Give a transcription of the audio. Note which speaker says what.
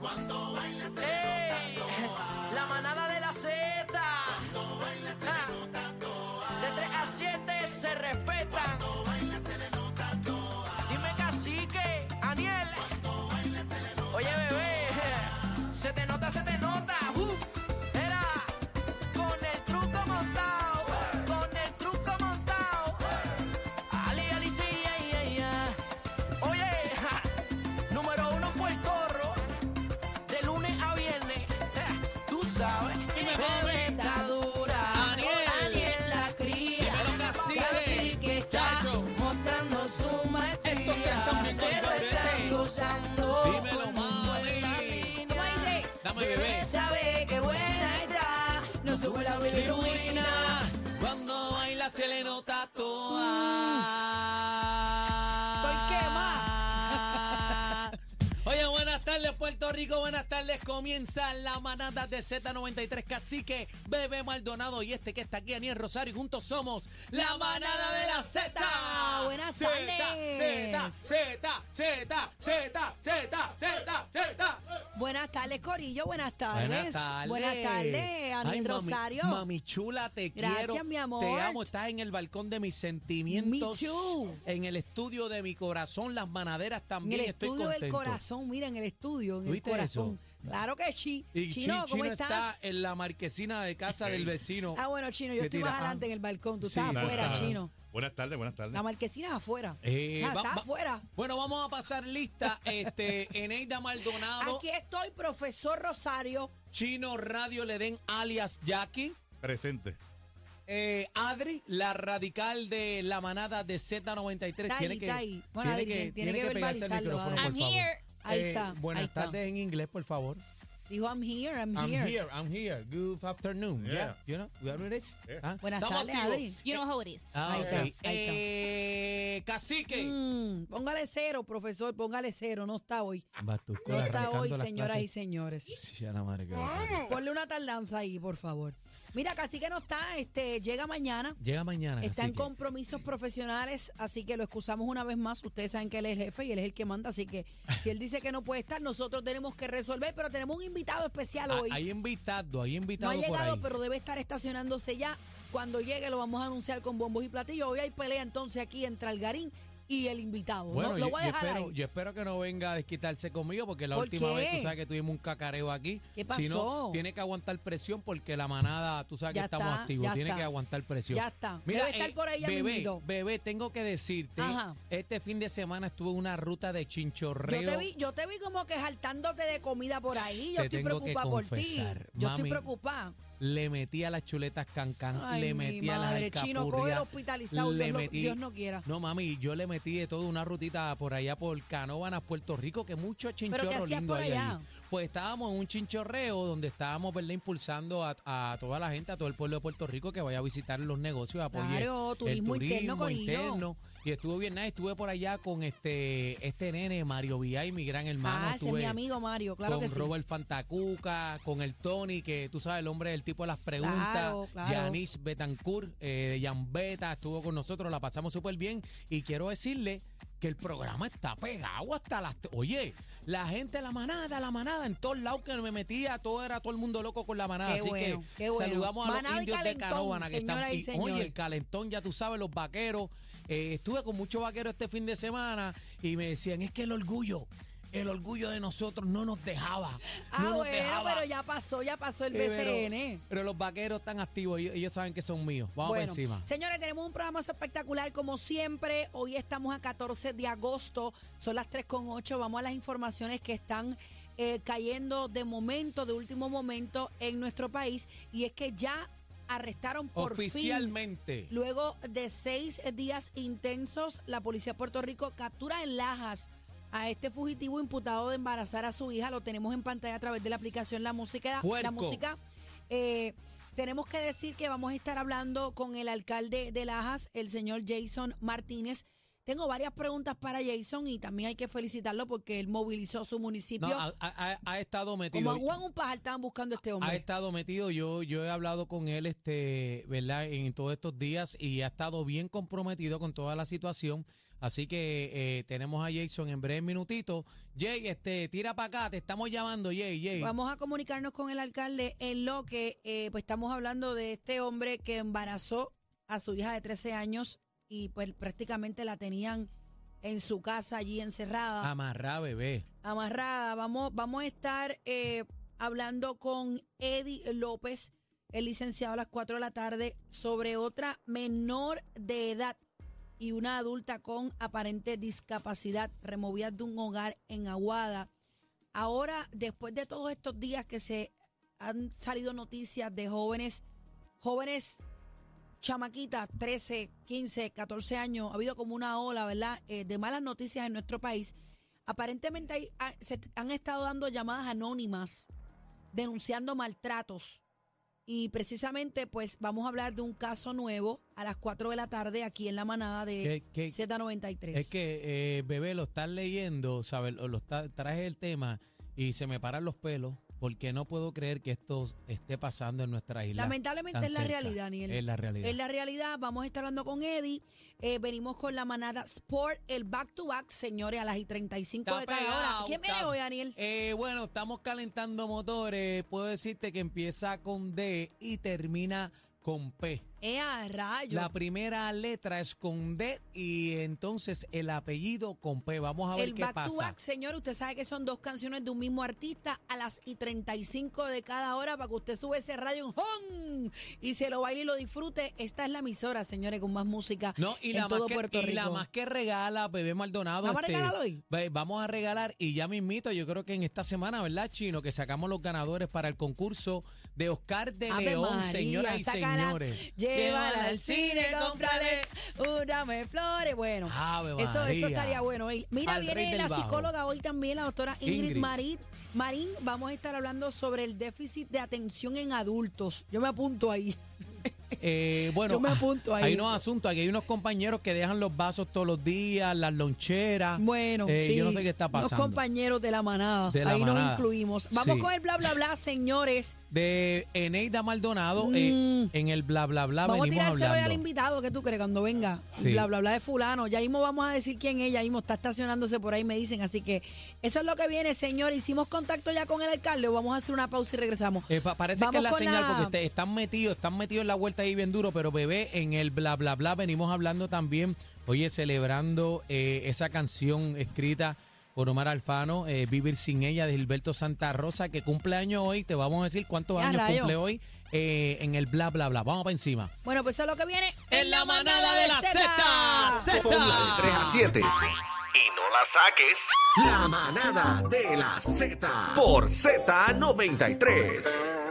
Speaker 1: Cuando bailas se
Speaker 2: ¡Ey! La manada de la Z.
Speaker 1: Cuando bailas se
Speaker 2: Ah.
Speaker 1: nota toa.
Speaker 2: De 3 a 7 se respetan.
Speaker 1: Cuando bailas se le nota toa.
Speaker 2: Dime cacique, Aniel.
Speaker 1: Cuando bailas se le nota
Speaker 2: Oye, bebé. Se te nota, se te nota. Uh, era con el truco montado. Con el truco montado. Ali, ali, sí, ay, ay, ay. Oye, ja, número uno en Puerto Rico. De lunes a viernes. ja, Tú sabes.
Speaker 3: Dime,
Speaker 2: bebé
Speaker 3: Bobby.
Speaker 2: está dura.
Speaker 3: Aniel.
Speaker 2: Aniel la cría.
Speaker 3: Dímelo, cacique.
Speaker 2: Cacique que está
Speaker 3: Chacho.
Speaker 2: mostrando su maestría.
Speaker 3: Estos que están bien
Speaker 2: Se lo
Speaker 3: colorete.
Speaker 2: están gozando.
Speaker 3: Dímelo,
Speaker 2: todo el mundo en la
Speaker 3: mami.
Speaker 2: línea.
Speaker 4: ¿Cómo dice?
Speaker 3: Dame, bebé.
Speaker 2: Sabe que buena está. No sube la bilirubina.
Speaker 3: Heroína, cuando baila se le nota toa.
Speaker 4: Estoy
Speaker 3: Oye, buenas tardes Puerto Rico, buenas tardes. Comienza la manada de Z93 Cacique, Bebé Maldonado y este que está aquí, Aniel Rosario. Y juntos somos la manada de la Z.
Speaker 4: Buenas
Speaker 3: Z,
Speaker 4: tardes.
Speaker 3: Z, Z, Z, Z, Z, Z, Z.
Speaker 4: Buenas tardes, Corillo. Buenas tardes.
Speaker 3: Buenas tardes.
Speaker 4: Buenas tardes, Aniel
Speaker 3: Ay, mami-
Speaker 4: Rosario.
Speaker 3: Mami chula, te
Speaker 4: Gracias,
Speaker 3: quiero.
Speaker 4: mi amor.
Speaker 3: Te amo, estás en el balcón de mis sentimientos.
Speaker 4: Me too.
Speaker 3: En el estudio de mi corazón, las manaderas
Speaker 4: en
Speaker 3: también.
Speaker 4: el
Speaker 3: Estoy
Speaker 4: estudio del
Speaker 3: contento.
Speaker 4: corazón, mira, en el estudio, en el
Speaker 3: ¿Tuviste
Speaker 4: corazón. Claro que sí.
Speaker 3: Y Chi-
Speaker 4: Chino, ¿cómo
Speaker 3: Chino
Speaker 4: estás?
Speaker 3: está en la marquesina de casa del vecino.
Speaker 4: Ah, bueno, Chino, yo
Speaker 3: que
Speaker 4: estoy
Speaker 3: tira-
Speaker 4: más adelante
Speaker 3: ah.
Speaker 4: en el balcón. Tú
Speaker 3: Sí.
Speaker 4: estás
Speaker 3: Nada,
Speaker 4: afuera,
Speaker 3: nada.
Speaker 4: Chino.
Speaker 5: Buenas tardes, buenas tardes.
Speaker 4: La marquesina es afuera.
Speaker 3: Eh,
Speaker 4: Ah,
Speaker 3: va-
Speaker 4: estás
Speaker 3: va-
Speaker 4: afuera.
Speaker 3: Bueno, vamos a pasar lista. Este, Eneida Maldonado,
Speaker 4: Aquí estoy, profesor Rosario.
Speaker 3: Chino Radio le den alias Jackie.
Speaker 5: Presente.
Speaker 3: Eh, Adri, la radical de la manada de Z93.
Speaker 4: Está ahí,
Speaker 3: tiene que,
Speaker 4: está ahí. Bueno, Adri, tiene- tiene que
Speaker 3: pegarse al
Speaker 4: verbalizarlo,
Speaker 3: micrófono,
Speaker 4: Adri.
Speaker 3: por
Speaker 6: I'm
Speaker 3: favor.
Speaker 6: here.
Speaker 4: Ahí
Speaker 3: Eh,
Speaker 4: está.
Speaker 3: Buenas
Speaker 4: ahí está.
Speaker 3: tardes en inglés, por favor.
Speaker 4: Dijo, I'm here, I'm,
Speaker 3: I'm
Speaker 4: here.
Speaker 3: here, I'm here. Good afternoon. Yeah.
Speaker 5: Yeah.
Speaker 3: You know, you know what it is?
Speaker 5: Yeah.
Speaker 3: Ah,
Speaker 4: Buenas
Speaker 3: estamos
Speaker 4: tardes,
Speaker 3: activos.
Speaker 4: Adri.
Speaker 6: You know how it is.
Speaker 3: Ah,
Speaker 4: Ahí
Speaker 3: ok.
Speaker 4: está, ahí está.
Speaker 3: Eh, cacique.
Speaker 4: Mm, póngale cero, profesor, póngale cero. No está hoy.
Speaker 3: Vas tú,
Speaker 4: No
Speaker 3: cola,
Speaker 4: está
Speaker 3: arrancando
Speaker 4: hoy,
Speaker 3: las
Speaker 4: señoras y
Speaker 3: clases.
Speaker 4: señores.
Speaker 3: Sí, a la madre que lo parió.
Speaker 4: Ponle una tardanza ahí, por favor. Mira, casi que no está, este, llega mañana.
Speaker 3: Llega mañana.
Speaker 4: Está en
Speaker 3: cacique.
Speaker 4: compromisos profesionales, así que lo excusamos una vez más. Ustedes saben que él es el jefe y él es el que manda, así que si él dice que no puede estar, nosotros tenemos que resolver, pero tenemos un invitado especial
Speaker 3: Ah,
Speaker 4: hoy.
Speaker 3: Hay invitado, hay
Speaker 4: No
Speaker 3: invitado
Speaker 4: ha
Speaker 3: por ahí.
Speaker 4: llegado, pero debe estar estacionándose ya. Cuando llegue lo vamos a anunciar con bombos y platillos. Hoy hay pelea entonces aquí entre Algarín y el invitado. No,
Speaker 3: Bueno,
Speaker 4: lo
Speaker 3: yo,
Speaker 4: voy a
Speaker 3: yo
Speaker 4: dejar
Speaker 3: espero,
Speaker 4: ahí.
Speaker 3: yo espero que no venga a desquitarse conmigo porque la
Speaker 4: ¿Por
Speaker 3: última
Speaker 4: qué?
Speaker 3: vez tú sabes que tuvimos un cacareo aquí.
Speaker 4: ¿Qué
Speaker 3: Si no,
Speaker 4: pasó?
Speaker 3: tiene que aguantar presión porque la manada, tú sabes
Speaker 4: Ya
Speaker 3: que estamos
Speaker 4: está,
Speaker 3: activos,
Speaker 4: ya
Speaker 3: tiene
Speaker 4: está.
Speaker 3: que aguantar presión. eh,
Speaker 4: Ya está. Debe estar por ahí ya
Speaker 3: bebé,
Speaker 4: mismito.
Speaker 3: bebé, tengo que decirte,
Speaker 4: Ajá.
Speaker 3: este fin de semana estuve en una ruta de
Speaker 4: Yo
Speaker 3: chinchorreo.
Speaker 4: te, vi, yo te vi como que jaltándote de comida por ahí. Yo
Speaker 3: Te
Speaker 4: estoy
Speaker 3: tengo que
Speaker 4: preocupada por ti.
Speaker 3: confesar,
Speaker 4: Yo
Speaker 3: mami.
Speaker 4: estoy preocupada.
Speaker 3: Le metí a las chuletas cancán,
Speaker 4: Ay,
Speaker 3: le
Speaker 4: mi
Speaker 3: metí a las
Speaker 4: madre, chino,
Speaker 3: alcapurrias,
Speaker 4: cógelo hospitalizado,
Speaker 3: le
Speaker 4: Dios lo-
Speaker 3: metí-
Speaker 4: Dios no quiera.
Speaker 3: No, mami, yo le metí de todo una rutita por allá por Canóvanas, Puerto Rico, que mucho chinchorro
Speaker 4: ¿Pero qué hacías
Speaker 3: lindo
Speaker 4: por
Speaker 3: hay allí.
Speaker 4: allá?
Speaker 3: Pues estábamos en un chinchorreo donde estábamos, ¿verdad? Impulsando a, a toda la gente, a todo el pueblo de Puerto Rico que vaya a visitar los negocios, apoye
Speaker 4: Claro, turismo
Speaker 3: el turismo
Speaker 4: interno, corillo.
Speaker 3: interno. Y estuvo bien, nada, estuve por allá con este este nene, Mario Villay, mi gran hermano.
Speaker 4: ah, ese es
Speaker 3: estuve-
Speaker 4: mi amigo Mario, claro
Speaker 3: con
Speaker 4: que sí.
Speaker 3: Robert Fantacuca, con el Tony, que tú sabes, el hombre del tipo de las preguntas.
Speaker 4: Claro, claro.
Speaker 3: Yanis Betancourt, eh, Beta, estuvo con nosotros, la pasamos súper bien. Y quiero decirle que el programa está pegado hasta las... t- Oye, la gente, la manada, la manada, en todos lados que me metía, todo era todo el mundo loco con la manada.
Speaker 4: Qué
Speaker 3: Así
Speaker 4: bueno,
Speaker 3: que
Speaker 4: qué bueno.
Speaker 3: saludamos a
Speaker 4: Manada
Speaker 3: los
Speaker 4: y
Speaker 3: indios
Speaker 4: calentón,
Speaker 3: de Canóvana que están...
Speaker 4: señoras y
Speaker 3: y, oye,
Speaker 4: señores.
Speaker 3: el calentón, ya tú sabes, los vaqueros. Eh, estuve con muchos vaqueros este fin de semana y me decían, es que el orgullo, el orgullo de nosotros no nos dejaba.
Speaker 4: Ah,
Speaker 3: no nos
Speaker 4: bueno,
Speaker 3: dejaba.
Speaker 4: pero ya pasó, ya pasó el
Speaker 3: Eh, pero-
Speaker 4: BCN.
Speaker 3: Pero, los vaqueros están activos, ellos, ellos saben que son míos. Vamos por
Speaker 4: bueno,
Speaker 3: encima.
Speaker 4: señores, tenemos un programa espectacular como siempre. Hoy estamos a 14 de agosto, son las 3.8. Vamos a las informaciones que están eh, cayendo de momento, de último momento en nuestro país. Y es que ya arrestaron por fin
Speaker 3: Oficialmente.
Speaker 4: Luego de seis días intensos, la policía de Puerto Rico captura en Lajas a este fugitivo imputado de embarazar a su hija. Lo tenemos en pantalla a través de la aplicación La Música.
Speaker 3: Puerco.
Speaker 4: La música. Eh, tenemos que decir que vamos a estar hablando con el alcalde de Lajas, el señor Jason Martínez. Tengo varias preguntas para Jason y también hay que felicitarlo porque él movilizó su municipio.
Speaker 3: No, ha, ha- ha estado
Speaker 4: Como
Speaker 3: metido.
Speaker 4: a Juan un pajar estaban buscando a este hombre.
Speaker 3: Ha estado metido, yo, yo he hablado con él, este, ¿verdad? En todos estos días y ha estado bien comprometido con toda la situación. Así que eh, tenemos a Jason en breve minutito. Jay, este, tira para acá, te estamos llamando, Jay, Jay.
Speaker 4: Vamos a comunicarnos con el alcalde en lo que eh, pues estamos hablando de este hombre que embarazó a su hija de 13 años y pues prácticamente la tenían en su casa allí encerrada,
Speaker 3: Amarrá, bebé.
Speaker 4: amarrada. Vamos, vamos a estar eh, hablando con Eddie López, el licenciado a las 4 de la tarde, sobre otra menor de edad y una adulta con aparente discapacidad removida de un hogar en Aguada. Ahora, después de todos estos días que se han salido noticias de jóvenes, jóvenes chamaquitas, 13, 15, 14 años, ha habido como una ola, ¿verdad?, eh, de malas noticias en nuestro país. Aparentemente hay- ha- se t- han estado dando llamadas anónimas denunciando maltratos. Y precisamente, pues, vamos a hablar de un caso nuevo a las 4 de la tarde aquí en la manada de
Speaker 3: ¿Qué- qué-
Speaker 4: Z93.
Speaker 3: Es que, eh, bebé, lo estás leyendo, ¿sabes? Lo, lo está- traje el tema y se me paran los pelos porque no puedo creer que esto esté pasando en nuestra isla.
Speaker 4: Lamentablemente
Speaker 3: tan
Speaker 4: es la
Speaker 3: cerca.
Speaker 4: realidad, Daniel.
Speaker 3: Es la realidad.
Speaker 4: Es la realidad. Vamos a estar hablando con Eddie. Eh, venimos con la manada Sport, el back to back, señores, a las y 35
Speaker 3: Está
Speaker 4: de cada
Speaker 3: pegado,
Speaker 4: hora. ¿Quién viene
Speaker 3: está-
Speaker 4: hoy, Daniel?
Speaker 3: Eh, bueno, estamos calentando motores. Puedo decirte que empieza con D y termina con P.
Speaker 4: Eh, a rayo.
Speaker 3: La primera letra es con D y entonces el apellido con P. Vamos a ver
Speaker 4: el
Speaker 3: qué
Speaker 4: back
Speaker 3: pasa.
Speaker 4: to back, señor, usted sabe que son dos canciones de un mismo artista a las y 35 de cada hora para que usted sube ese radio en home y se lo baile y lo disfrute. Esta es la emisora, señores, con más música
Speaker 3: No, y
Speaker 4: en
Speaker 3: la, más
Speaker 4: todo
Speaker 3: que,
Speaker 4: Puerto
Speaker 3: y la
Speaker 4: Rico.
Speaker 3: más que regala, bebé Maldonado.
Speaker 4: ¿Vamos a
Speaker 3: este,
Speaker 4: regalar hoy?
Speaker 3: ve- Vamos a regalar, y ya mismito, yo creo que en esta semana, ¿verdad, Chino? Que sacamos los ganadores para el concurso de Oscar de
Speaker 4: Ave
Speaker 3: León,
Speaker 4: María,
Speaker 3: señoras y
Speaker 4: sácala,
Speaker 3: señores.
Speaker 4: Llévala al cine, cómprale una me flores. Bueno,
Speaker 3: Ave
Speaker 4: eso, eso
Speaker 3: María.
Speaker 4: estaría bueno. Y Mira,
Speaker 3: Al rey
Speaker 4: viene
Speaker 3: del
Speaker 4: la
Speaker 3: bajo.
Speaker 4: psicóloga hoy también, la doctora Ingrid,
Speaker 3: Ingrid.
Speaker 4: Marín. Marín, vamos a estar hablando sobre el déficit de atención en adultos. Yo me apunto ahí.
Speaker 3: Eh, bueno,
Speaker 4: Yo me apunto ahí.
Speaker 3: hay unos asuntos, aquí hay unos compañeros que dejan los vasos todos los días, las loncheras.
Speaker 4: Bueno,
Speaker 3: Eh,
Speaker 4: sí,
Speaker 3: Yo no sé qué está
Speaker 4: los
Speaker 3: pasando.
Speaker 4: compañeros de la manada.
Speaker 3: De la
Speaker 4: ahí
Speaker 3: manada.
Speaker 4: nos incluimos. Vamos
Speaker 3: Sí.
Speaker 4: con el bla, bla, bla, señores.
Speaker 3: de Eneida Maldonado, eh, en el bla, bla, bla,
Speaker 4: Mm. Vamos a
Speaker 3: venimos
Speaker 4: tirárselo hoy
Speaker 3: hablando.
Speaker 4: al invitado, que tú crees? Cuando venga,
Speaker 3: Sí.
Speaker 4: bla, bla, bla de fulano. Ya mismo vamos a decir quién es, ya mismo está estacionándose por ahí, me dicen. Así que eso es lo que viene, señor. Hicimos contacto ya con el alcalde, o vamos a hacer una pausa y regresamos.
Speaker 3: Eh, pa- parece
Speaker 4: Vamos
Speaker 3: que es la
Speaker 4: con
Speaker 3: señal
Speaker 4: la-
Speaker 3: porque te- están metidos, están metidos en la vuelta ahí bien duro, pero bebé, en el bla bla bla venimos hablando también, oye, celebrando eh, esa canción escrita por Omar Alfano, eh, Vivir sin ella, de Gilberto Santa Rosa, que cumple años hoy, te vamos a decir cuántos
Speaker 4: Ya,
Speaker 3: años
Speaker 4: rayo.
Speaker 3: cumple hoy eh, en el bla bla bla, vamos para encima.
Speaker 4: Bueno, pues eso es lo que viene
Speaker 3: En la manada de la
Speaker 4: Zeta.
Speaker 3: Z. Ah.
Speaker 5: Ponla de 3 a 7.
Speaker 6: y no la
Speaker 5: La
Speaker 6: saques.
Speaker 5: manada de la Z por Z93.